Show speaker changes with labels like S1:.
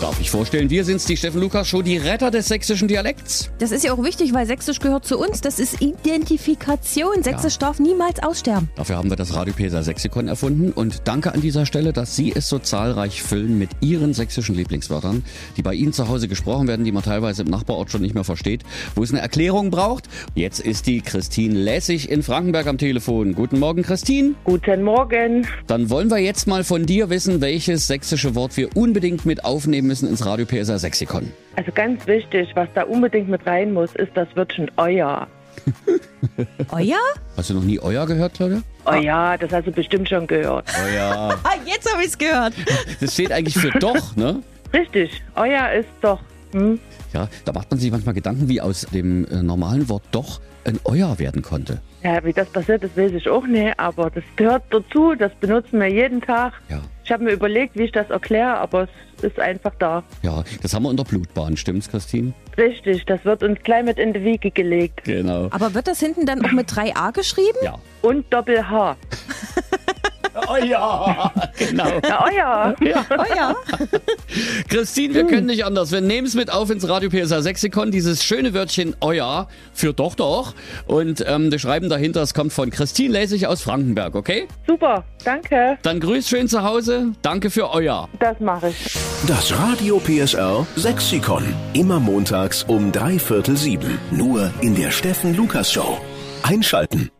S1: Darf ich vorstellen, wir sind's, die Steffen Lukas Show, die Retter des sächsischen Dialekts.
S2: Das ist ja auch wichtig, weil Sächsisch gehört zu uns. Das ist Identifikation. Sächsisch darf niemals aussterben.
S1: Dafür haben wir das Radio Pesa Sexikon erfunden und danke an dieser Stelle, dass Sie es so zahlreich füllen mit Ihren sächsischen Lieblingswörtern, die bei Ihnen zu Hause gesprochen werden, die man teilweise im Nachbarort schon nicht mehr versteht, wo es eine Erklärung braucht. Jetzt ist die Christine Lässig in Frankenberg am Telefon. Guten Morgen, Christine.
S3: Guten Morgen.
S1: Dann wollen wir jetzt mal von dir wissen, welches sächsische Wort wir unbedingt mit aufnehmen müssen ins Radio PSA Sexikon.
S3: Also ganz wichtig, was da unbedingt mit rein muss, ist das Wörtchen euer.
S2: Euer?
S1: Hast du noch nie euer gehört, Claudia?
S3: Euer, Oh das hast du bestimmt schon gehört.
S1: Euer.
S2: Ah, jetzt habe ich es gehört.
S1: Das steht eigentlich für doch, ne?
S3: Richtig, euer ist doch. Hm?
S1: Ja, da macht man sich manchmal Gedanken, wie aus dem äh, normalen Wort doch ein Euer werden konnte.
S3: Ja, wie das passiert, das weiß ich auch nicht, aber das gehört dazu, das benutzen wir jeden Tag.
S1: Ja.
S3: Ich habe mir überlegt, wie ich das erkläre, aber es ist einfach da.
S1: Ja, das haben wir unter Blutbahn, stimmt's, Christine?
S3: Richtig, das wird uns gleich mit in die Wiege gelegt.
S1: Genau.
S2: Aber wird das hinten dann auch mit 3a geschrieben?
S1: Ja.
S3: Und Doppel-H.
S1: Euer, genau.
S3: Na, euer.
S2: Euer?
S1: Christine, wir können nicht anders. Wir nehmen es mit auf ins Radio PSA Sexikon, dieses schöne Wörtchen Euer für doch, doch. Und ähm, wir schreiben dahinter, es kommt von Christine Lässig aus Frankenberg, okay?
S3: Super, danke.
S1: Dann grüß schön zu Hause. Danke für Euer.
S3: Das mache ich.
S4: Das Radio PSR Sexikon. Immer montags um drei Viertel sieben. Nur in der Steffen Lukas Show. Einschalten.